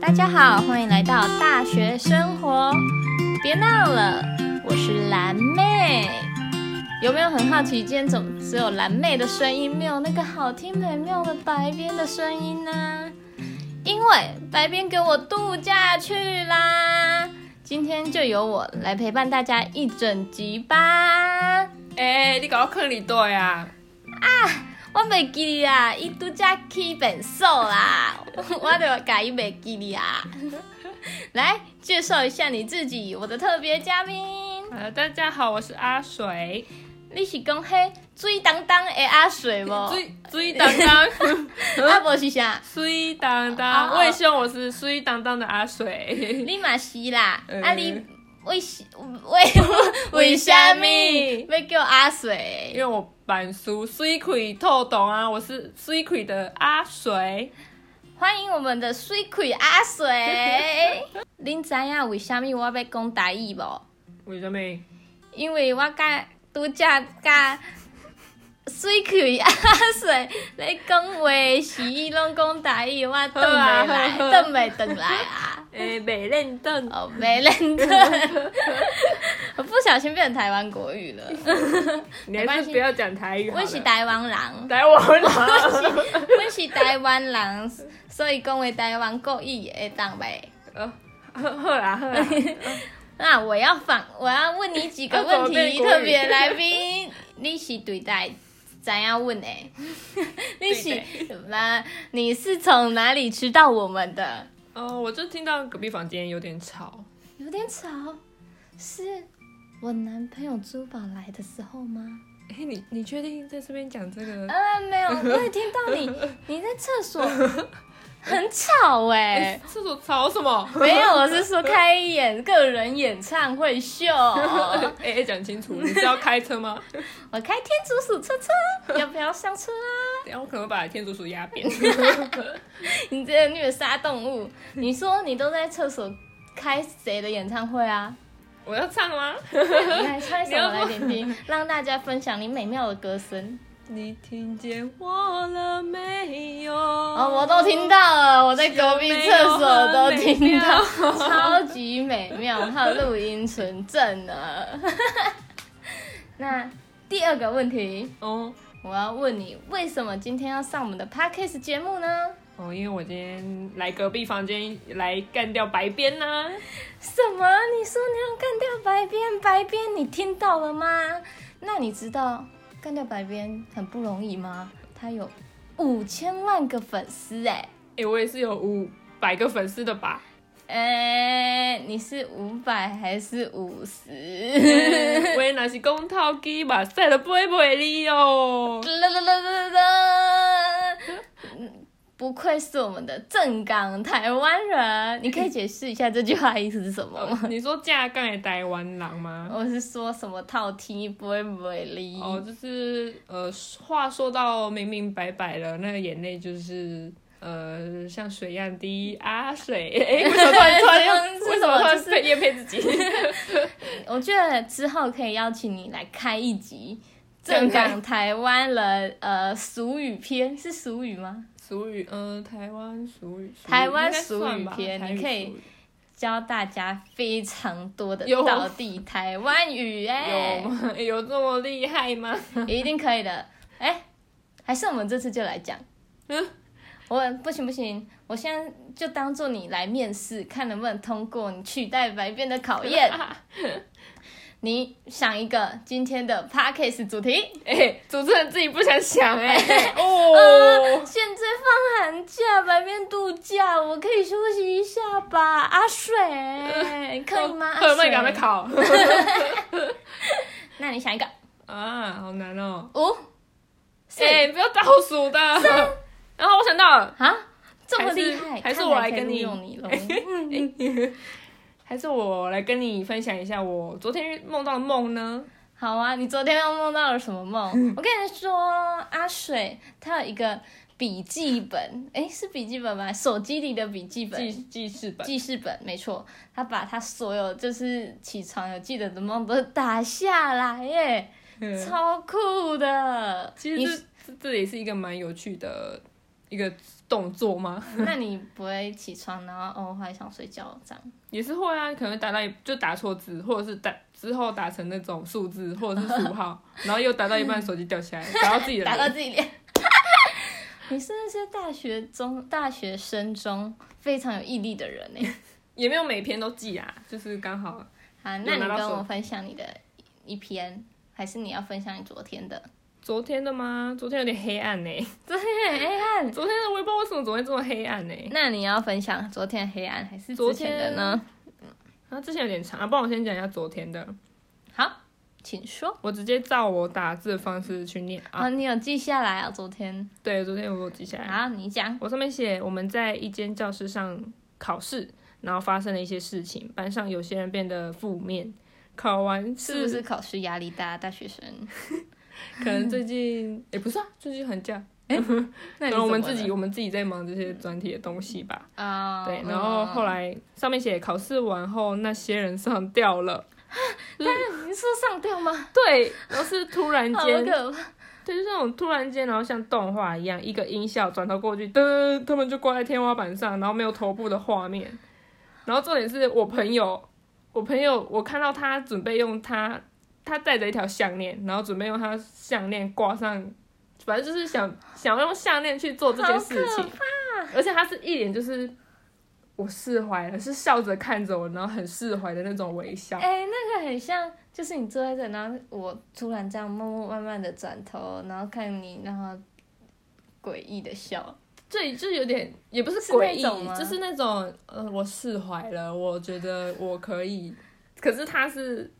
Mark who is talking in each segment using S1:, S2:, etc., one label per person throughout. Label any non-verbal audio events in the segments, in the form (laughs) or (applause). S1: 大家好，欢迎来到大学生活。别闹了，我是蓝妹。有没有很好奇，今天怎么只有蓝妹的声音，没有那个好听美妙的白边的声音呢？因为白边给我度假去啦。今天就由我来陪伴大家一整集吧。
S2: 哎、你搞我坑里对啊！
S1: 我袂记哩啊，伊拄则去变瘦啦， (laughs) 我就甲伊袂记哩啊。 (laughs) 来介绍一下你自己，我的特别嘉宾，
S2: 呃，大家好，我是阿水，
S1: 你是讲迄水当当的阿水无？啊，
S2: (laughs) 水呃水当 (laughs) 当，
S1: 无是啥？
S2: 水当
S1: 哦哦
S2: 当，为什么我是水当当的阿水？
S1: 你嘛是啦，
S2: 呃
S1: 啊你为什
S2: (laughs)
S1: 为为虾米 (laughs) 要叫阿
S2: 因
S1: 水？
S2: 为我板书水鬼透懂啊，我是水鬼的阿水。
S1: 欢迎我们的水鬼阿
S2: (laughs)
S1: 水。恁知影为虾米我要讲台语无？
S2: 为什么？
S1: 因为我甲拄则甲水气阿啊水咧讲话时，伊拢讲台语，我转袂来，
S2: 好啊好啊
S1: 转袂转来
S2: (laughs)
S1: 啊！
S2: 诶、美哎认凳，
S1: 哦，没认真， (laughs) 我不小心变成台湾国语了。
S2: 你
S1: 没关
S2: 还
S1: 系
S2: 是不要讲台语好
S1: 阮是
S2: 了。
S1: 台湾人，
S2: 台湾人，
S1: 阮是台湾人，所以讲话台湾国语会当袂。
S2: 呃 (laughs) 好啦 (laughs) 好啦，
S1: 那我要反，我 (laughs) 要问你几个
S2: 我
S1: 问
S2: 怎么变
S1: 题，
S2: 国语
S1: 特别来宾，你是对待怎样 (laughs) 问诶？你是
S2: 对
S1: 那你是从哪里吃到我们的？
S2: 哦，我就听到隔壁房间有点吵，
S1: 有点吵，是我男朋友珠宝来的时候吗？
S2: 哎、你你确定在这边讲这个？
S1: 呃，没有，我也听到 (laughs) 你你在厕所很吵哎、 (laughs)
S2: 哎、厕所吵什么？
S1: 没有，我是说开演个人演唱会秀， (laughs)
S2: 哎哎，讲、清楚，你是要开车吗？
S1: 我开天竺鼠车车，要不要上车啊？
S2: 等一下我可能会把天竺鼠压扁。
S1: (laughs) 你这个虐杀动物！你说你都在厕所开谁的演唱会啊？
S2: 我要唱吗？
S1: 你还唱什么
S2: 你
S1: 来
S2: 要不
S1: 听听，让大家分享你美妙的歌声。
S2: 你听见我了没有？
S1: 哦，
S2: 哦
S1: 我都听。到了，我在隔壁厕所都听到，超级美妙，还有录音存证 (laughs) 呢。那第二个问题，
S2: 哦
S1: 我要问你，为什么今天要上我们的 podcast 节目呢？
S2: 哦，因为我今天来隔壁房间来干掉白边啊呐、
S1: 什么？你说你要干掉白边？白边，你听到了吗？那你知道干掉白边很不容易吗？他有五千万个粉丝哎、
S2: 哎、我也是有五百个粉丝
S1: (laughs)
S2: 的吧？
S1: 哎、你是五百还是五十？
S2: 嗯我也那是公套机吧，晒了不会不会哩哦。
S1: 啦啦啦啦啦！嗯不愧是我们的正港台湾人，你可以解释一下这句话意思是什么吗？
S2: 你说架杠也台湾狼吗？
S1: 哦我是说什么套题不会不会哩？
S2: 哦，就是呃，话说到明明白白了，那个眼泪就是呃，像水一样滴啊水。哎、为什么突然突然
S1: (laughs) 是
S2: 为什么突
S1: 就
S2: 然
S1: 是
S2: 被叶配自己？
S1: 我觉得之后可以邀请你来开一集正港台湾人呃俗语篇，是俗语吗？
S2: (laughs) 俗语，呃，台湾俗语，
S1: 台湾
S2: 俗
S1: 俗语
S2: 应该算吧
S1: 篇
S2: 台语
S1: 你可以
S2: 俗语
S1: 教大家非常多的
S2: 有
S1: 道地台湾语哎
S2: 有、吗？ (laughs) 有这么厉害
S1: (laughs)
S2: 吗？
S1: 一定可以的哎、还是我们这次就来讲，
S2: 嗯
S1: 我不行不行，我现在就当做你来面试，看能不能通过你取代白变的考
S2: (laughs)
S1: 验。你想一个今天的 p a c k a g e 主题。
S2: 哎、主持人自己不想想哎、
S1: (laughs)
S2: 哦，
S1: 现在放寒假，白边度假，我可以休息一下吧。阿水，可以吗？阿
S2: 二妹赶快
S1: 水，
S2: 考 (laughs)
S1: 那你想一个
S2: 啊，好难哦。
S1: 五、四
S2: 哎、不要倒数的。 (laughs) 然后我想到了，
S1: 啊，这么厉
S2: 还
S1: 害，
S2: 是还是
S1: 看
S2: 我来跟
S1: 可以
S2: 你
S1: 录用你
S2: (laughs)
S1: 喽。
S2: 还是我来跟你分享一下我昨天梦到的梦呢。
S1: 好啊，你昨天又梦到了什么
S2: (laughs)
S1: 梦？我跟你说，阿水他有一个笔记本，诶，是笔记本吗？手机里的笔记本，
S2: 记记事
S1: (laughs)
S2: 本，
S1: 记事本，没错，他把他所有就是起床有记得的梦都打下来耶，
S2: 嗯
S1: 超酷的。
S2: 其
S1: 你
S2: 实这这这也是一个蛮有趣的一个动作吗？
S1: 那你不会起床，然后哦，我还想睡觉这样？
S2: 也是会啊，可能打到一就打错字，或者是打之后打成那种数字或者是
S1: (laughs)
S2: 符号，然后又打到一半手机掉下来，打到自己的
S1: 打到
S2: 脸。
S1: 自己脸。 (laughs) 你真的是大学中大学生中非常有毅力的人
S2: (laughs)
S1: 呢。
S2: 也没有每篇都记啊，就是刚好
S1: 好，
S2: 有
S1: 那你
S2: 拿到
S1: 跟
S2: 手
S1: 我分享你的一篇，还是你要分享你昨天的？
S2: 昨天的吗？昨天有点黑暗呢、
S1: 昨天很黑暗，
S2: 昨天的我也不知道为什么昨天这么黑暗呢、
S1: (laughs) 那你要分享昨天的黑暗还是
S2: 昨
S1: 之前的
S2: 天
S1: 呢？
S2: 然后之前有点长啊，不然我先讲一下昨天的。
S1: 好，请说。
S2: 我直接照我打字的方式去念啊。
S1: 啊，你有记下来啊？昨天
S2: 对，昨天我有记下来。
S1: 好，你讲。
S2: 我上面写我们在一间教室上考试，然后发生了一些事情，班上有些人变得负面。考完
S1: 是不
S2: 试
S1: 是考试压力大？大学生，
S2: 可能最近
S1: (laughs)
S2: 也、不是啊，最近寒假，
S1: 那
S2: 可
S1: 你
S2: 能我们
S1: 怎么
S2: 自己
S1: 了
S2: 我们自己在忙这些专题的东西吧。
S1: 啊，
S2: 对，然后
S1: (laughs)
S2: 后来上面写考试完后那些人上吊了，
S1: 嗯你是说上吊吗？
S2: 对，然后是突然
S1: (laughs) 好
S2: 间，
S1: 可怕！
S2: 对，就是那种突然间，然后像动画一样，一个音效转头过去，噔，他们就挂在天花板上，然后没有头部的画面。然后重点是我朋友，我朋友，我看到他准备用他，他带着一条项链，然后准备用他项链挂上，反正就是想想要用项链去做这件事情。而且他是一脸就是我释怀了，是笑着看着我，然后很释怀的那种微笑。
S1: 哎、那个很像，就是你坐在这，然后我突然这样默默慢慢的转头，然后看你，然后诡异的笑。
S2: 对，就是有点，也不是
S1: 是
S2: 诡
S1: 那
S2: 异，
S1: 种吗
S2: 就是那种，呃，我释怀了，我觉得我可以，可是他是，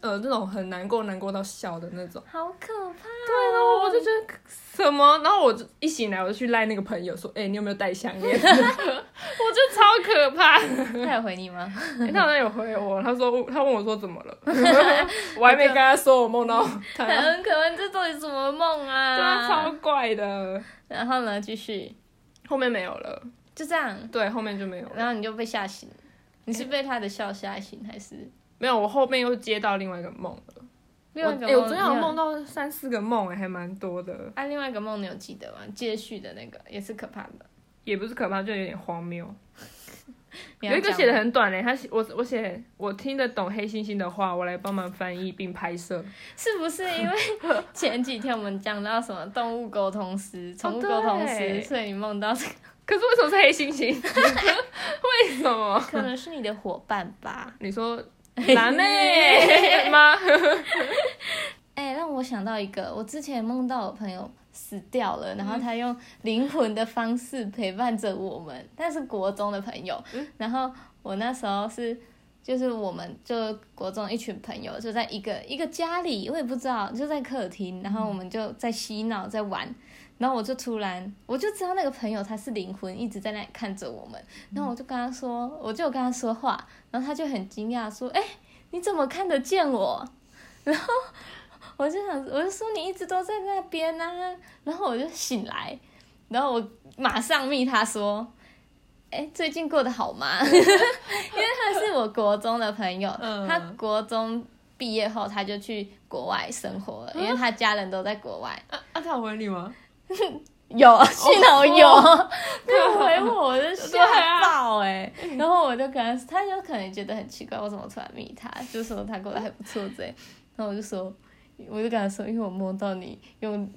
S2: 呃，那种很难过，难过到笑的那种。
S1: 好可怕！
S2: 对，然后我就觉得什么，然后我就一醒来，我就去赖那个朋友说，哎、你有没有带项链？ (laughs) 我觉得超可怕。
S1: 他有回你 (laughs) 吗？
S2: 欸他好像有回我，他说他问我说怎么 (laughs) 了，我还没跟他说我梦到他，对
S1: 很可怕，这到底什么梦 (laughs)
S2: 啊，超
S1: 啊？
S2: 怪的。
S1: 然后呢，继续
S2: 后面没有了，
S1: 就这样，
S2: 对，后面就没有了。
S1: 然后你就被吓醒。你是被他的笑吓醒，还是
S2: 没有，我后面又接到另外一个梦了。
S1: 另外一
S2: 我
S1: 个
S2: 欸
S1: 梦？
S2: 我昨天有
S1: 你有
S2: 梦到三四个梦、欸，还蛮多的，
S1: 啊，另外一个梦你有记得吗？接续的那个也是可怕的。
S2: 也不是可怕，就有点荒谬。
S1: 你要
S2: 有一个
S1: 讲
S2: 写的
S1: 吗
S2: 很短嘞、欸，他写我我写我听得懂黑猩猩的话，我来帮忙翻译并拍摄。
S1: 是不是因 (laughs) 为前几天我们讲到什么动物沟通师、宠物
S2: 对
S1: 沟通师，所以你梦到这个，
S2: 可是为什么是黑猩猩？ (laughs) 为什么？
S1: 哦可能是你的伙伴吧？
S2: 你 (laughs) 说蓝妹吗？
S1: (laughs) 哎、让我想到一个，我之前梦到我朋友死掉了，然后他用灵魂的方式陪伴着我们，但是国中的朋友，然后我那时候是。就是我们就国中一群朋友就在一个一个家里，我也不知道就在客厅，然后我们就在嬉闹在玩，然后我就突然我就知道那个朋友他是灵魂一直在那里看着我们，然后我就跟他说，我就有跟他说话，然后他就很惊讶说：“哎、你怎么看得见我？” (laughs) 我就想，我就说你一直都在那边呐、然后我就醒来，然后我马上密他说，哎、最近过得好吗？ (laughs) 因为他是我国中的朋友，
S2: 嗯
S1: 他国中毕业后他就去国外生活了，因为他家人都在国外。
S2: 啊啊，他有回你吗？
S1: 有， (laughs) 幸好
S2: (laughs)
S1: 有， (laughs)
S2: 哦
S1: 他回我，我就
S2: 对
S1: 吓
S2: 啊
S1: 到哎、然后我就跟他，他就可能觉得很奇怪，我怎么突然密他，就说他过得还不错之类。然后我就说，我就跟他说，因为我梦到你，用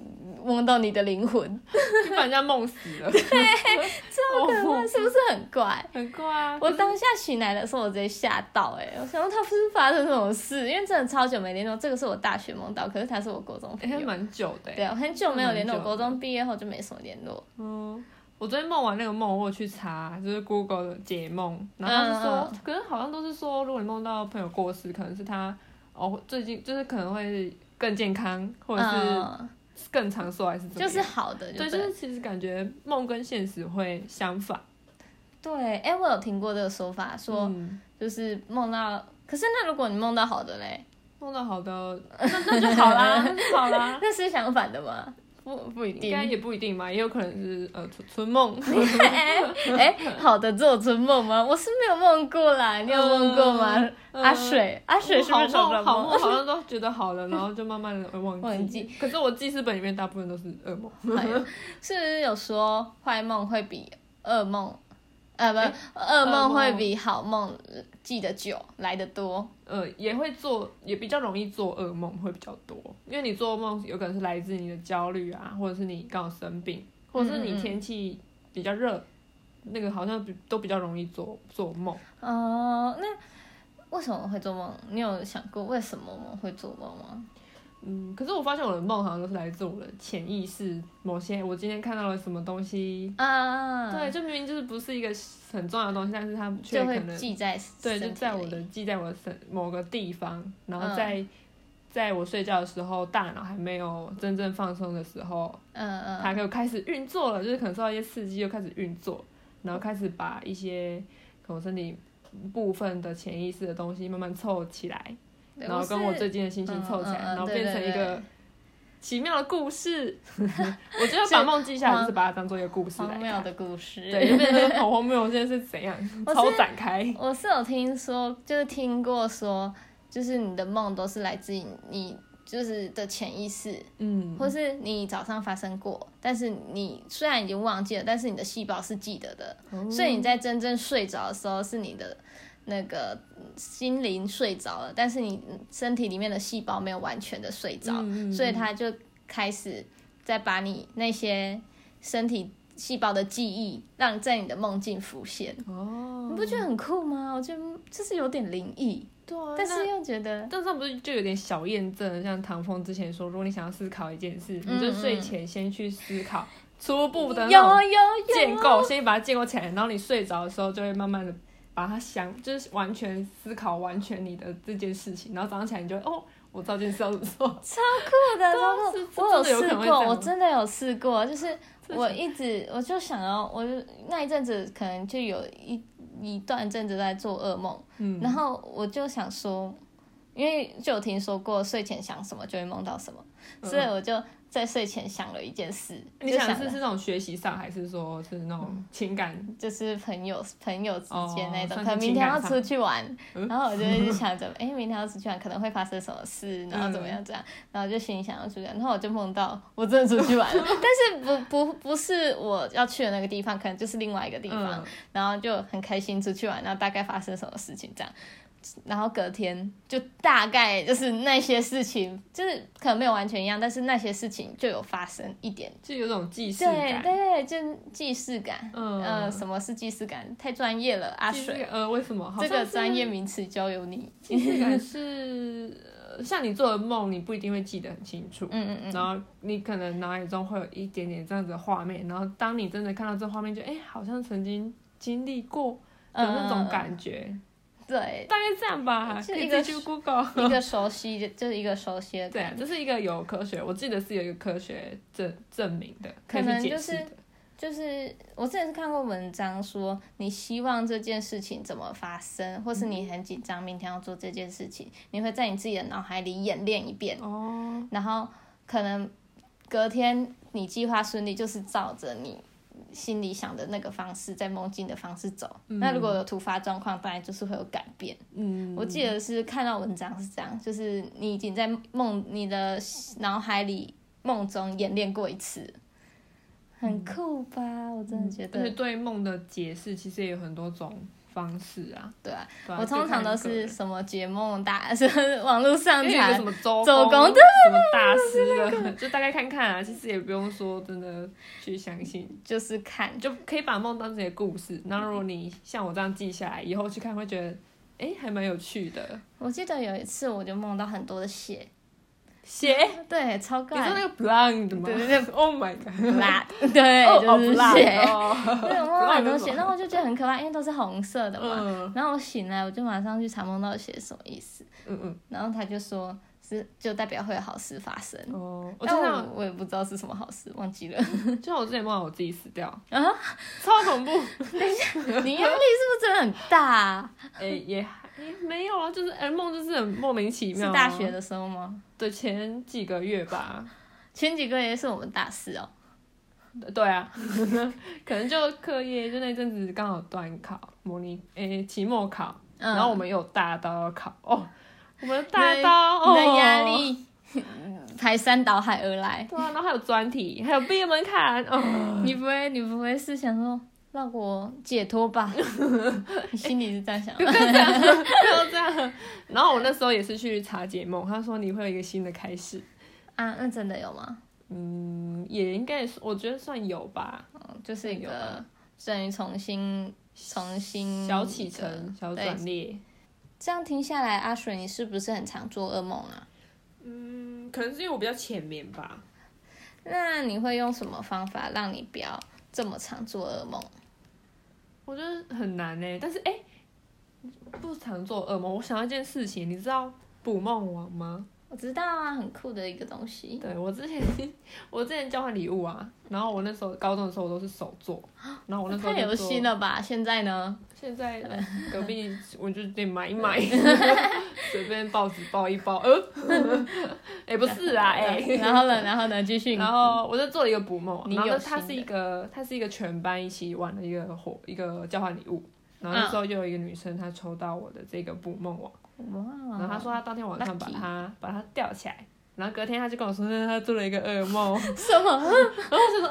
S1: 梦到你的灵魂，
S2: (laughs) 你把人家梦死了，哦
S1: 超可怕，是不是很怪？
S2: 很怪啊。
S1: 我当下醒来的时候，我直接吓到哎、我想说他不是发生什么事，因为真的超久没联络。这个是我大学梦到，可是他是我国中
S2: 哎、
S1: 朋
S2: 还
S1: 友，
S2: 蛮久的、欸。
S1: 对，我啊很久没有联络，
S2: 蛮久
S1: 国中毕业后就没什么联络。
S2: 嗯，我昨天梦完那个梦，我有去查，就是 Google 的解梦，然后他是说，
S1: 嗯
S2: 可是好像都是说，如果你梦到朋友过世，可能是他哦，最近就是可能会更健康，或者是
S1: 嗯，
S2: 更长寿，还是怎么
S1: 就
S2: 样？
S1: 是好的，
S2: 对，就是其实感觉梦跟现实会相反。
S1: 对，哎、我有听过这个说法，说
S2: 嗯
S1: 就是梦到，可是那如果你梦到好的嘞， (laughs)
S2: 梦到好的，那那就好啦，那就好啦。
S1: 那是相反的吗？ (laughs) 不不一
S2: 应该
S1: 定。
S2: 也不一定嘛，也有可能是呃春春梦。
S1: 哎、好的，只有春梦吗？我是没有梦过啦，你有梦过吗？
S2: 嗯
S1: 阿水，阿水是不
S2: 好
S1: 是常常
S2: 梦好
S1: 梦？
S2: 梦好像都觉得好了，然后就慢慢的忘记。
S1: 忘记
S2: 可是我记事本里面大部分都是噩梦。
S1: 哎呦是不是有说坏梦会比噩梦，呃不，
S2: 哎
S1: 噩梦会比好梦记得久，来得多？
S2: 呃，也会做，也比较容易做噩梦，会比较多，因为你做梦有可能是来自你的焦虑啊，或者是你刚好生病，或者是
S1: 嗯嗯
S2: 你
S1: 嗯
S2: 天气比较热，那个好像比都比较容易做做梦。
S1: 哦、那为什么会做梦？你有想过为什么我们会做梦吗？
S2: 嗯，可是我发现我的梦好像都是来自我的潜意识，某些我今天看到了什么东西，
S1: 啊，
S2: 对，，就明明就是不是一个很重要的东西，但是它却
S1: 就
S2: 可
S1: 会
S2: 能
S1: 记在
S2: 对，就
S1: 身体
S2: 在我
S1: 里
S2: 的记在我的身某个地方，然后
S1: 嗯
S2: 在、在我睡觉的时候，大脑还没有真正放松的时候，
S1: 嗯嗯
S2: 它就开始运作了，就是可能受到一些刺激，就开始运作，然后开始把一些可能身体部分的潜意识的东西慢慢凑起来，
S1: 对，
S2: 然后跟我
S1: 是
S2: 最近的心情凑起来，
S1: 嗯嗯嗯
S2: 然后
S1: 对
S2: 变成
S1: 对
S2: 一个奇妙的故事。 (laughs) 我觉得把梦记下来，就是把它当做一个故事来
S1: 荒谬
S2: 看。
S1: 的故事。
S2: 对，就变成 (laughs) 好荒谬，现在是怎样
S1: 我是
S2: 超展开？
S1: (laughs) 我是有听说，就是听过说，就是你的梦都是来自于你就是的潜意识，
S2: 嗯，
S1: 或是你早上发生过，但是你虽然已经忘记了，但是你的细胞是记得的，
S2: 哦
S1: 所以你在真正睡着的时候，是你的那个心灵睡着了，但是你身体里面的细胞没有完全的睡着，
S2: 嗯嗯嗯
S1: 所以它就开始再把你那些身体细胞的记忆，让在你的梦境浮现。
S2: 哦，
S1: 你不觉得很酷吗？我觉得就是有点灵异，
S2: 对啊，
S1: 但是
S2: 那。
S1: 又觉得
S2: 但这不是嗯就有点小验证？像唐风之前说，如果你想要思考一件事，
S1: 嗯
S2: 你就睡前先去思考初步的
S1: 有啊
S2: 那
S1: 有
S2: 种
S1: 有
S2: 建构，先把它建构起来，然后你睡着的时候就会慢慢的把它想，就是完全思考完全你的这件事情，然后早上起来你就哦，我知道这件事要怎么做。
S1: 酷的，
S2: 啊
S1: 超酷我有试
S2: 是是真的有可能会这
S1: 过，
S2: 样
S1: 我真的有试过，就是
S2: 真的
S1: 我
S2: 假的
S1: 一直我就想要，我就那一阵子可能就有一一段阵子在做噩梦，
S2: 嗯，
S1: 然后我就想说，因为就有听说过睡前想什么就会梦到什么，
S2: 嗯
S1: 所以我就在睡前想了一件事，
S2: 你
S1: 就
S2: 想的
S1: 了嗯
S2: 是是那种学习上，还是说是那种情感？
S1: 就是朋友朋友之间那种，
S2: 哦
S1: 可能明天要出去玩，
S2: 嗯
S1: 然后我就一直
S2: (laughs)
S1: 想着，哎、明天要出去玩可能会发生什么事，然后怎么样这样，
S2: 嗯
S1: 然后就心里想要出去玩，然后我就梦到我真的出去
S2: (laughs)
S1: 玩了，但是不不不是我要去的那个地方，可能就是另外一个地方，
S2: 嗯
S1: 然后就很开心出去玩，然后大概发生什么事情这样。然后隔天就大概就是那些事情，就是可能没有完全一样，但是那些事情就有发生一点，
S2: 就有种既视
S1: 对
S2: 感。
S1: 对，就既视感。
S2: 嗯
S1: 呃，什么是既视感？太专业了，阿
S2: 既视
S1: 水
S2: 感，，呃，为什么？好
S1: 这
S2: 像
S1: 个
S2: 是
S1: 专业名词交由你。
S2: 既视感是，呃像你做的梦，你不一定会记得很清楚，
S1: 嗯嗯
S2: 然后你可能脑海中会有一点点这样子的画面，然后当你真的看到这画面就，哎，好像曾经经历过的
S1: 嗯，
S2: 那种感觉，
S1: 嗯，
S2: (laughs)
S1: 对，
S2: 大概这样吧，
S1: 就
S2: 可以
S1: 一个
S2: 自己去 Google。
S1: 一个熟悉的，就是一个熟悉的
S2: 对
S1: 感
S2: 啊，
S1: 觉，
S2: 这是一个有科学，我记得是有一个科学证证明的，
S1: 可
S2: 以
S1: 能
S2: 去
S1: 就
S2: 解
S1: 是
S2: 释的。
S1: 就是我之前是看过文章说，你希望这件事情怎么发生，或是
S2: 嗯
S1: 你很紧张，明天要做这件事情，你会在你自己的脑海里演练一遍，
S2: 哦，
S1: 然后可能隔天你计划顺利，就是照着你心里想的那个方式，在梦境的方式走。那如果有突发状况，当然就是会有改变。
S2: 嗯，
S1: 我记得是看到文章是这样，就是你已经在梦你的脑海里梦中演练过一次，
S2: 嗯
S1: 很酷吧？我真的觉
S2: 而
S1: 得，
S2: 且对梦的解释其实也有很多种方式啊。
S1: 对啊。
S2: 对啊
S1: 我通常都
S2: 就看个
S1: 是
S2: 人
S1: 什么解梦大， (laughs) 是网络上
S2: 因为有个
S1: 查
S2: 什，么周
S1: 周公
S2: 公什么大师的，就大概看看啊。其实也不用说真的去相信，
S1: 就是看
S2: 你就可以把梦当自己的故事。那如果你像我这样记下来，以后去看会觉得，哎、还蛮有趣的。
S1: 我记得有一次，我就梦到很多的血，
S2: 鞋，
S1: 对，超
S2: 你说
S1: 怪。
S2: 那个 blind 吗？
S1: 对对
S2: 对，Oh my god！
S1: 辣， (laughs) 对，
S2: 哦哦
S1: 就是血，
S2: ，blind，哦
S1: (laughs) 对，我梦到很多血，
S2: blind
S1: 然后我就觉得很可怕，因为都是红色的嘛。
S2: 嗯
S1: 然后我醒来，我就马上去查梦到血是什么意思，
S2: 嗯
S1: 然后他就说是就代表会有好事发生，
S2: 嗯，哦，我
S1: 但
S2: 就
S1: 我
S2: 像
S1: 我也不知道是什么好事，忘记了。 (laughs)
S2: 就像我之前梦到我自己死掉
S1: 啊，
S2: 超恐怖。
S1: 你压力是不是真的很大
S2: (laughs)
S1: 啊、
S2: 哎，也还哎没有啊，就是哎梦就是很莫名其
S1: 是
S2: 妙啊。
S1: 大学的时候吗？
S2: 对前几个月吧，
S1: 前几个月是我们大四哦，
S2: 对啊， (laughs) 可能就课业就那阵子刚好断考、模拟诶、期末考，
S1: 嗯，
S2: 然后我们有大刀要考哦，我们的大
S1: 那
S2: 刀
S1: 你的
S2: 哦
S1: 压
S2: (laughs)
S1: 力排山倒海而来，
S2: 对啊，然后还有专题，还有毕业门槛 (laughs) 哦。
S1: 你不会，你不会是想说让我解脱
S2: (laughs)
S1: 吧？你心里是这样想
S2: 不
S1: 的
S2: 要。这样，不要这样。然后我那时候也是去查解梦，他说你会有一个新的开始，
S1: 啊，那真的有吗？
S2: 嗯，也应该也是，我觉得算有吧，
S1: 嗯就是一
S2: 有
S1: 个
S2: 啊
S1: 等于重新重新
S2: 小启
S1: 一
S2: 程
S1: 个，
S2: 小
S1: 对
S2: 转裂。
S1: 这样听下来，阿水，你是不是很常做噩梦啊？
S2: 嗯，可能是因为我比较浅眠吧。
S1: 那你会用什么方法让你不要这么常做噩梦？
S2: 我觉得很难呢、但是哎、不常做噩梦。我想到一件事情，你知道捕梦网吗？
S1: 我知道啊，很酷的一个东西。
S2: 对我之前 (laughs) 我之前交换礼物啊，然后我那时候高中的时候我都是手做，然后我那时候
S1: 太
S2: 就
S1: 有
S2: 做
S1: 心了吧？现在呢？
S2: 现在隔
S1: (laughs)
S2: 壁我就得买一买， (laughs) 随便报纸包一包，呃， (laughs) 哎、不是啊，哎、
S1: (laughs) 然后呢？然后呢？继续。
S2: 然后我就做了一个捕梦，
S1: 你
S2: 然后
S1: 有
S2: 呢它
S1: 心
S2: 是
S1: 的
S2: 一个它是一个全班一起玩的一个活一个交换礼物，然后那时候就有一个女生她抽到我的这个捕梦网，
S1: 哇！哦
S2: 然后她说她当天晚上把
S1: lucky
S2: 它把它吊起来，然后隔天她就跟我说呃她做了一个噩梦，
S1: 什么？然后就说，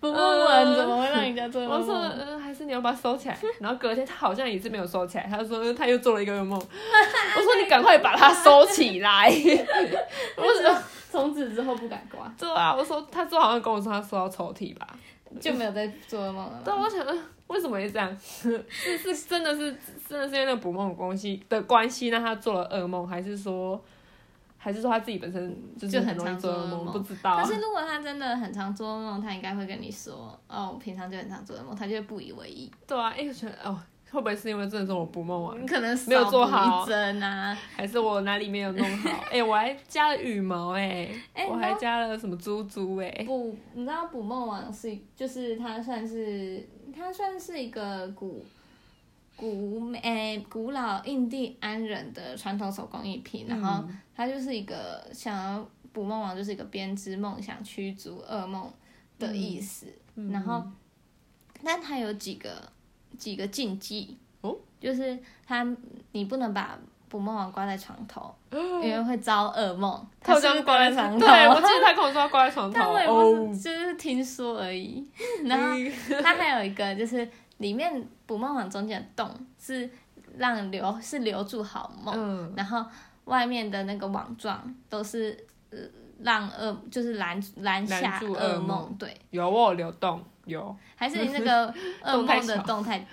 S1: 不问问怎么会让人家做噩
S2: (laughs) 呃我说，
S1: (laughs) 梦？
S2: 嗯、还是你要把它收 (laughs) 起来。然后隔天他好像也是没有收起来，他就说、嗯他又做了一个噩 (laughs) 梦。我说你赶快把它收起来。我说呃
S1: 从此之后不敢刮，
S2: (laughs) 对啊，我说他之后好像跟我说他收到抽屉吧。
S1: 就没有再做噩梦了
S2: 对
S1: 吗。
S2: 啊，我想、嗯为什么会这样？ (laughs) 是是真的是真的是因为那个捕梦的关系的关系让他做了噩梦，还是说还是说他自己本身就是
S1: 就很
S2: 容易
S1: 常
S2: 做
S1: 做
S2: 噩
S1: 噩
S2: 梦？
S1: 梦
S2: 不知道
S1: 可
S2: 啊。
S1: 是如果他真的很常做噩梦，他应该会跟你说：“哦，我平常就很常做噩梦。”他就会不以为意。
S2: 对啊，哎、我觉得哦，会不会是因为真的是我捕梦啊？
S1: 你可能
S2: 没有做好
S1: 少补一针啊，
S2: 还是我哪里没有弄好？哎、我还加了羽毛哎、
S1: 哎
S2: 我还加了什么珠珠哎、
S1: 捕，你知道捕梦网是就是它算是它算是一个古古美诶、古老印第安人的传统手工艺品，然后
S2: 嗯
S1: 它就是一个想要捕梦网就是一个编织梦想、驱逐噩梦的意思。
S2: 嗯
S1: 然后，但它有几个几个禁忌
S2: 哦，
S1: 就是它你不能把捕梦网挂在床
S2: (gasps)
S1: 头，因为会遭噩梦。
S2: 他
S1: 它
S2: 有
S1: 是
S2: 这
S1: 不是
S2: 样挂在
S1: 床
S2: 床
S1: 头，
S2: 对我记得他跟我说他挂在床头，
S1: 但我也
S2: 哦嗯
S1: 不是，就是听说而已。 (laughs) 然后它还有一个就是里面捕梦网中间的洞是让留是留住好梦，
S2: 嗯，
S1: 然后外面的那个网状都是、呃、让噩就是拦拦下
S2: 拦住
S1: 噩
S2: 噩梦
S1: 对，
S2: 有我有流动有，
S1: 还
S2: (laughs)
S1: 是你那个噩
S2: 动太
S1: 梦的
S2: 小哦
S1: 动态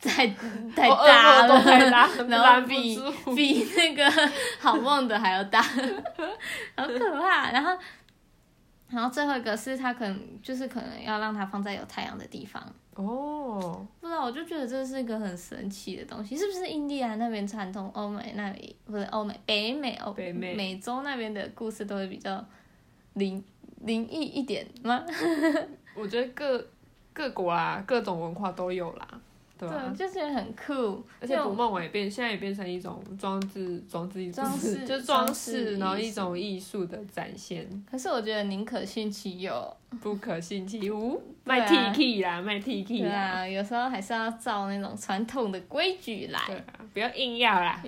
S1: 太 (laughs) 太
S2: 我
S1: 大
S2: 耳朵
S1: 了，
S2: 都太大，
S1: (laughs) 然后
S2: 拦不
S1: 比
S2: 住
S1: (laughs) 比那个好梦的还要大，好可怕。然后，然后最后一个是他可能就是可能要让它放在有太阳的地方，
S2: 哦，
S1: 不知道我就觉得这是一个很神奇的东西，是不是印第安那边传统欧美那里不是欧美北美欧
S2: 北美
S1: 美洲那边的故事都会比较灵灵异一点吗？ (laughs)
S2: 我觉得各各国啦，各种文化都有啦，对啊吧、
S1: 对，就是很酷，
S2: 而且
S1: 就
S2: 捕梦网也变，现在也变成一种装置，装置
S1: 装饰
S2: 就是
S1: 装
S2: 装
S1: 饰
S2: 饰，然后
S1: 艺
S2: 一
S1: 术
S2: 种艺术的展
S1: (laughs)
S2: 现，
S1: 可是我觉得宁可信其有，
S2: 不可信其无，
S1: 对
S2: 卖
S1: 啊
S2: T K 啦，卖 T K
S1: 对
S2: 啦，
S1: 啊，有时候还是要照那种传统的规矩来。
S2: 对啊，不要硬要啦。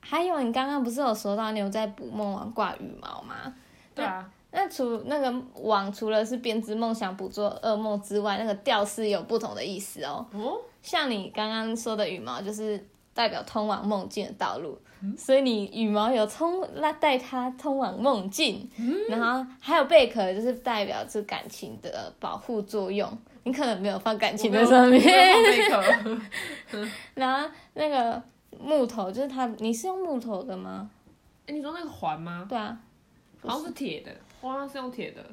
S1: 还有，你刚刚不是有说到你有在捕梦网挂羽毛吗？
S2: 对啊，
S1: 那除那个网除了是编织梦想、捕捉噩梦之外，那个吊饰有不同的意思哦。
S2: 哦，
S1: 像你刚刚说的羽毛，就是代表通往梦境的道路，所以你羽毛有通那带它通往梦境。然后还有贝壳，就是代表是感情的保护作用。你可能没有放感情在上面，
S2: 我没 (laughs) 有放贝壳
S1: (laughs) 然后那个木头就是它，你是用木头的吗？
S2: 哎，你说那个环吗？
S1: 对啊，
S2: 好像是铁的，我好像是用铁的。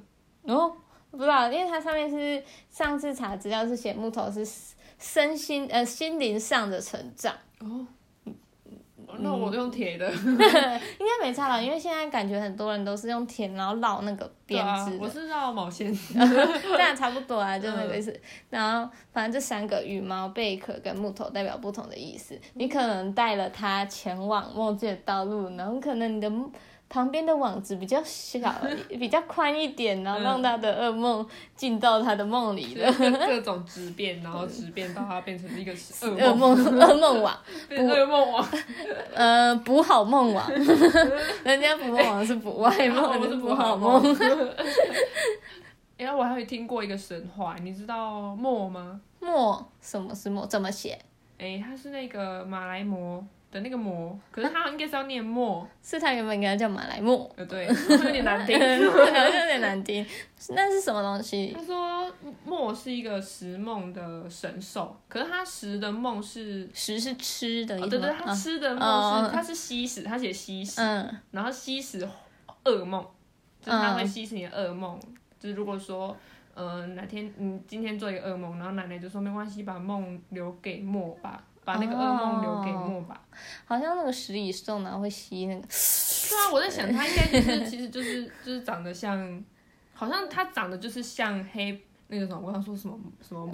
S1: 哦，不知道，因为它上面是上次查资料是写木头是身心呃心灵上的成
S2: (laughs)
S1: 长，
S2: 哦，那
S1: 嗯
S2: 我用铁的。
S1: 应该没差了，因为现在感觉很多人都是用铁然后烙那个
S2: 对
S1: 编
S2: 啊
S1: 织，
S2: 我
S1: 的，
S2: 是嗯绕毛线。
S1: (laughs) 当然、差不多啊，就那个意思。然后反正这三个羽毛、贝壳跟木头代表不同的意思，你可能带了它前往梦境的道路，然后可能你的梦旁边的网子比较小，
S2: (laughs)
S1: 比较宽一点，
S2: 嗯
S1: 然后让他的噩梦进到他的梦里
S2: 就
S1: 了。(laughs)
S2: 是各种质变，然后质变到它变成一个
S1: 噩
S2: 噩梦，
S1: 梦， (laughs) 噩梦网，
S2: 变成噩梦王。
S1: 呃，补好梦网， (laughs) 人家补梦网是补外
S2: 然后
S1: 哎梦，
S2: (laughs)
S1: 你
S2: 我是
S1: 是
S2: 不
S1: 补
S2: 好
S1: 好
S2: 梦
S1: 梦。。
S2: (laughs)
S1: (laughs)
S2: 然后我还有听过一个神话，你知道墨吗？
S1: 墨什么是墨？怎么写？
S2: 哎，他是那个马来魔的那个魔，可是他好像应该是要念墨，
S1: 是他原本应该叫马来
S2: (laughs)
S1: 墨，
S2: 呃，对，有点
S1: (laughs)
S2: 难听。
S1: 好像有点难听。那是什么东西？
S2: 他说墨是一个食梦的神兽，可是他食的梦是，
S1: 食是吃的意
S2: 哦、
S1: 思
S2: 对对，
S1: 吗？
S2: 他
S1: 啊
S2: 吃的
S1: 哦
S2: 梦
S1: 哦
S2: 是他是吸食，他写吸食，
S1: 嗯，
S2: 然后吸食噩梦，就是他会
S1: 嗯
S2: 吸食你的噩梦。就是如果说，呃，哪天你今天做一个噩梦，然后奶奶就说没关系，把梦留给墨吧，把那个噩梦留给墨
S1: 哦
S2: 吧。
S1: 好像那个食蚁兽呢会吸那个，
S2: 对啊，我在想他应该就是其实就是就是长得像，好像他长得就是像黑。那个什么，我刚说什么什么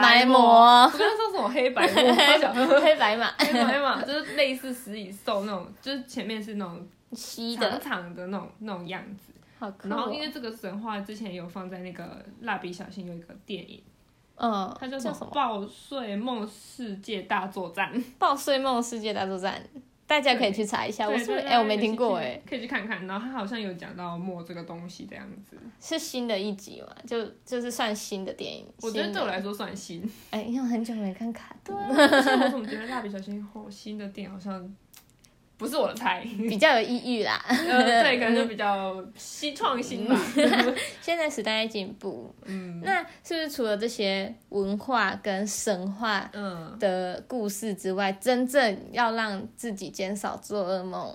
S1: 白
S2: 魔，
S1: 魔
S2: 我
S1: (laughs)
S2: 刚说什么黑白魔，我想
S1: 黑白马
S2: 黑白嘛，就是类似食蚁兽那种，就是前面是那种
S1: 吸
S2: 长
S1: 的，
S2: 长的那种那种样子。
S1: 好酷
S2: 然
S1: 哦、
S2: 后因为这个神话之前有放在那个蜡笔小新有一个电影，
S1: 嗯，
S2: 它叫
S1: 叫什
S2: 什么《
S1: 么？
S2: 报睡梦世界大作战》。
S1: 暴睡梦世界大作战，大家可以去查一 (laughs) 下。我是不是？哎、我没听过哎、，
S2: 对大家有兴趣可以去看看。然后它好像有讲到墨这个东西这样子，
S1: 是新的一集嘛？就就是算新的电影。
S2: 我觉得
S1: 新的
S2: 对我来说
S1: (laughs)
S2: 算新。
S1: 哎，因为很久没看卡通， (laughs)
S2: 但是我总觉得蜡笔小新后新的电影好像不是我的菜，
S1: 比较有意义啦。
S2: 呃，对，可能就比较新创新
S1: (laughs)
S2: 吧。
S1: 现在时代在进步，
S2: 嗯
S1: 那是不是除了这些文化跟神话
S2: 嗯，
S1: 的故事之外，真正要让自己减少做噩梦，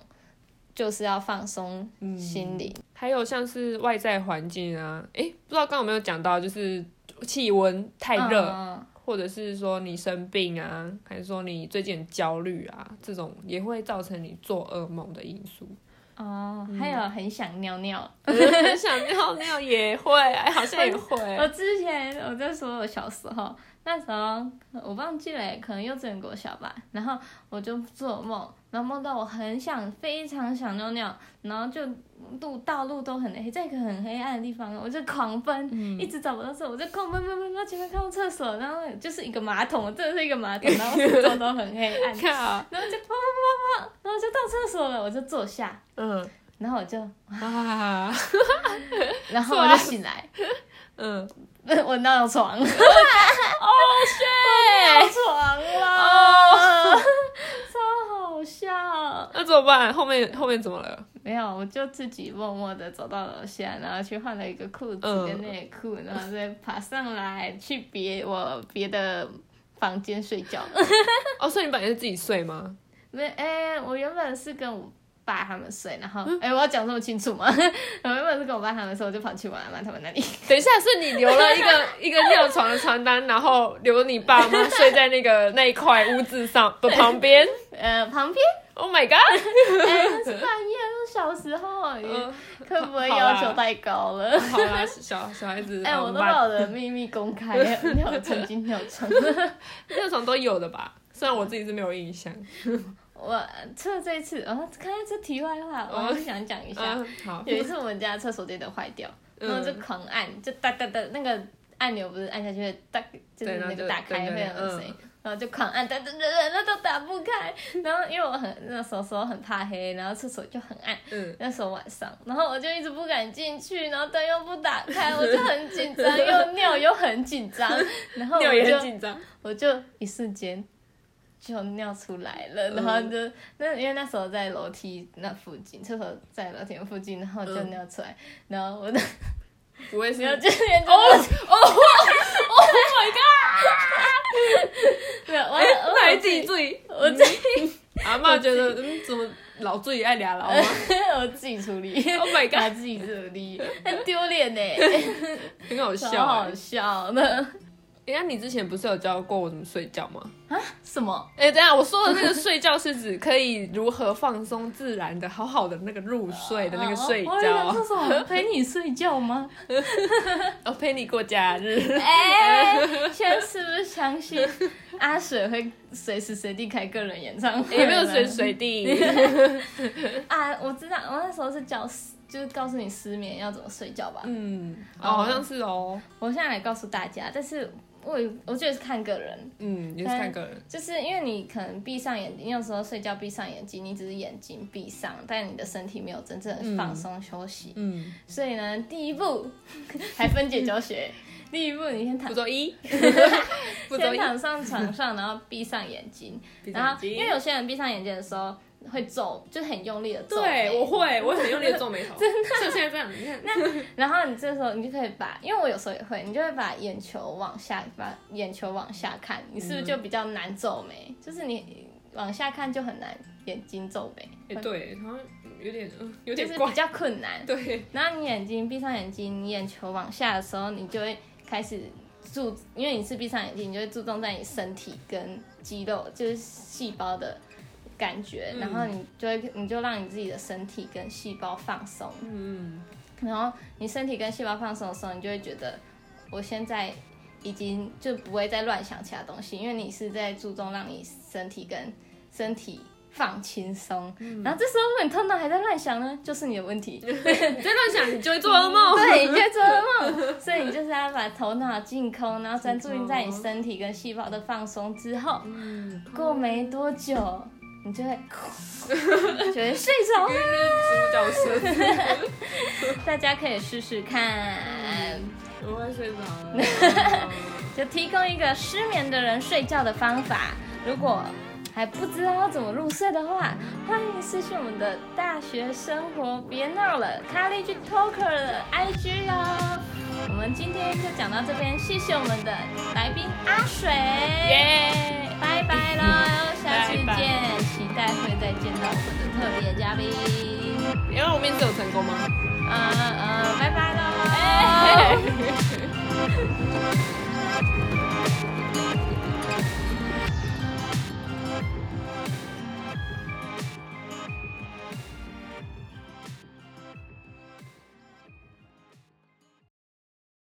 S1: 就是要放松
S2: 嗯
S1: 心灵。
S2: 还有像是外在环境啊，诶，不知道刚刚有没有讲到，就是气温太热。
S1: 嗯
S2: 或者是说你生病啊，还是说你最近很焦虑啊，这种也会造成你做噩梦的因素。 (laughs)
S1: 哦，还有很想尿尿。
S2: 很想尿尿也会，哎，好像也会。
S1: 我之前我就说我小时候，那时候我忘记了，可能幼稚园、国小吧。然后我就做梦，然后梦到我很想、非常想尿尿，然后就路道路都很黑，在一个很黑暗的地方，我就狂奔，一直找不到厕所，我就狂奔奔奔奔，前面看到厕所，然后就是一个马桶，真的是一个马桶，然后四周都很黑暗，
S2: 靠，
S1: 然后就跑跑跑跑，然后就到厕所了，我就坐下，
S2: 嗯
S1: 然后我就，
S2: 啊，
S1: 然后我就醒来，
S2: 嗯，
S1: (laughs) 我闹到床，哦，睡床了，超哦好笑。
S2: 哦那怎么办？后面后面怎么了？
S1: 没有，我就自己默默的走到楼下，然后去换了一个裤子跟内裤，然后再爬上来去别我别的房间睡 (laughs) 觉。
S2: 哦，所以你本来是自己睡吗？
S1: 没，哎、我原本是跟我爸他们睡，然后哎、我要讲这么清楚吗？ (laughs) 我原本是跟我爸他们睡，我就跑去我阿妈他们那里。
S2: 等一下，是你留了一个一个尿床的床单，然后留你爸妈睡在那个那一块屋子上的旁边。
S1: (laughs) 呃，旁边
S2: Oh my god！
S1: 哎、那是半夜，那是小时候，也
S2: 嗯
S1: 可不会
S2: 好
S1: 要
S2: 啦
S1: 求太高了？
S2: 好啦，小小孩子，
S1: 哎、我都
S2: 嗯
S1: 把我的秘密公开
S2: (laughs)
S1: 了，你有曾经有成。
S2: 那种都有的吧？虽然我自己是没有印 (laughs) 象。
S1: 我除了这一次，哦，看来这题外话，我还是想讲一下。
S2: 嗯，好，
S1: 有一次我们家厕所电灯坏掉，然后就狂按，就哒哒哒，那个按钮不是按下去会哒，就是
S2: 对然
S1: 那
S2: 后就
S1: 个打开
S2: 对对
S1: 会有那个声
S2: 嗯
S1: 音，然后就狂按，哒哒哒哒，那都打不开。然后因为我很那时候时候很怕黑，然后厕所就很暗，
S2: 嗯，
S1: 那时候晚上，然后我就一直不敢进去，然后灯又不打开，我就很紧张，
S2: (laughs)
S1: 又尿又很紧张，然后
S2: 尿
S1: 我
S2: 也很
S1: 就
S2: 紧张，
S1: 我就一瞬间就尿出来了，
S2: 嗯
S1: 然后就那因为那时候在楼梯那附近，厕所在楼梯附近，然后就
S2: 嗯哎
S1: 尿出来，然后我的
S2: 不会是哦
S1: 然后就连着我没有我我
S2: 来
S1: 自己
S2: 自己
S1: 我哎自己
S2: 阿妈觉得嗯，怎么老自己爱俩 (laughs) 老吗
S1: 我自己处理，
S2: ？Oh my
S1: 他
S2: god，
S1: 自己处理，很丢脸呢，
S2: 很好
S1: 超
S2: 笑
S1: 好
S2: 哎。
S1: 笑的。
S2: 哎，那你之前不是有教过我怎么睡觉吗？
S1: 什么？
S2: 哎，等一下我说的那个睡觉是指可以如何放松自然的、好好的那个入睡的那个睡
S1: 我以为
S2: 觉
S1: 厕，所陪你睡觉吗？
S2: (laughs) 哦，陪你过假日。
S1: 哎，现在是不相信阿水会随时随地开个人演唱会，
S2: 哎
S3: 也没有随时随地。
S1: 啊。我知道，我那时候是教，就是告诉你失眠要怎么睡觉吧。
S3: 嗯
S2: 哦，好像是哦，
S1: 我现在来告诉大家，但是我我觉得是看个人，
S3: 嗯，也是看个人。
S1: 就是因为你可能闭上眼睛，有时候睡觉闭上眼睛，你只是眼睛闭上，但你的身体没有真正放松休息。
S3: 嗯，
S1: 所以呢，第一步还分解教学，第一步你
S3: (laughs)
S1: 先躺
S3: 步。骤一，步骤
S1: 先
S3: 一，
S1: 躺上床上，然后闭上眼睛，
S3: 闭上
S1: 然
S3: 眼
S1: 后
S3: 睛
S1: 因为有些人闭上眼睛的时候会皱，就很用力的欸皱眉。
S3: 对，我会，我很用力的皱眉
S2: (laughs)
S3: 头， (laughs) 真的，像现在这样，你看，
S1: 然后你这时候你就可以把，因为我有时候也会，你就会把眼球往下，把眼球往下看，你是不是就比较难皱眉？就是你往下看就很难眼睛皱眉，
S2: 哎，对，好像有点嗯有
S1: 就
S2: 点
S1: 是
S2: 怪
S3: (laughs)
S1: 比，较困
S2: (laughs)
S1: 难。
S2: 对，
S1: 然后你眼睛闭上眼睛，你眼球往下的时候，你就会开始注，因为你是闭上眼睛，你就会注重在你身体跟肌肉，就是细胞的感觉，
S3: 嗯
S1: 然后你就会你就让你自己的身体跟细胞放松，
S3: 嗯，
S1: 然后你身体跟细胞放松的时候，你就会觉得我现在已经就不会再乱想其他东西，因为你是在注重让你身体跟身体。放轻松，然后这时候如果你头脑还在乱想呢，就是你的问题。
S3: 你在乱想，你就会做噩 (laughs) 梦。
S1: 对，你在做噩梦，所以你就是要把头脑净空，然后专注于在你身体跟细胞的放松之后，
S3: 嗯， (laughs)
S1: 过没多久，你就会就会睡着了。
S2: 猪叫声，
S1: 大家可以试试看，
S2: 我快睡着
S3: (laughs)
S2: 了。
S1: 就提供一个失眠的人睡觉的方法。如果还不知道要怎么入睡的话，欢迎私讯我们的大学生活，别闹了，College Talker 的 IG 哦。我们今天就讲到这边，谢谢我们的来宾阿水，耶，拜拜喽，下次见，
S2: 拜拜
S1: 期待会再见到我们的特别嘉宾，
S2: 你要我面试有成功吗？
S1: 呃呃，拜拜喽。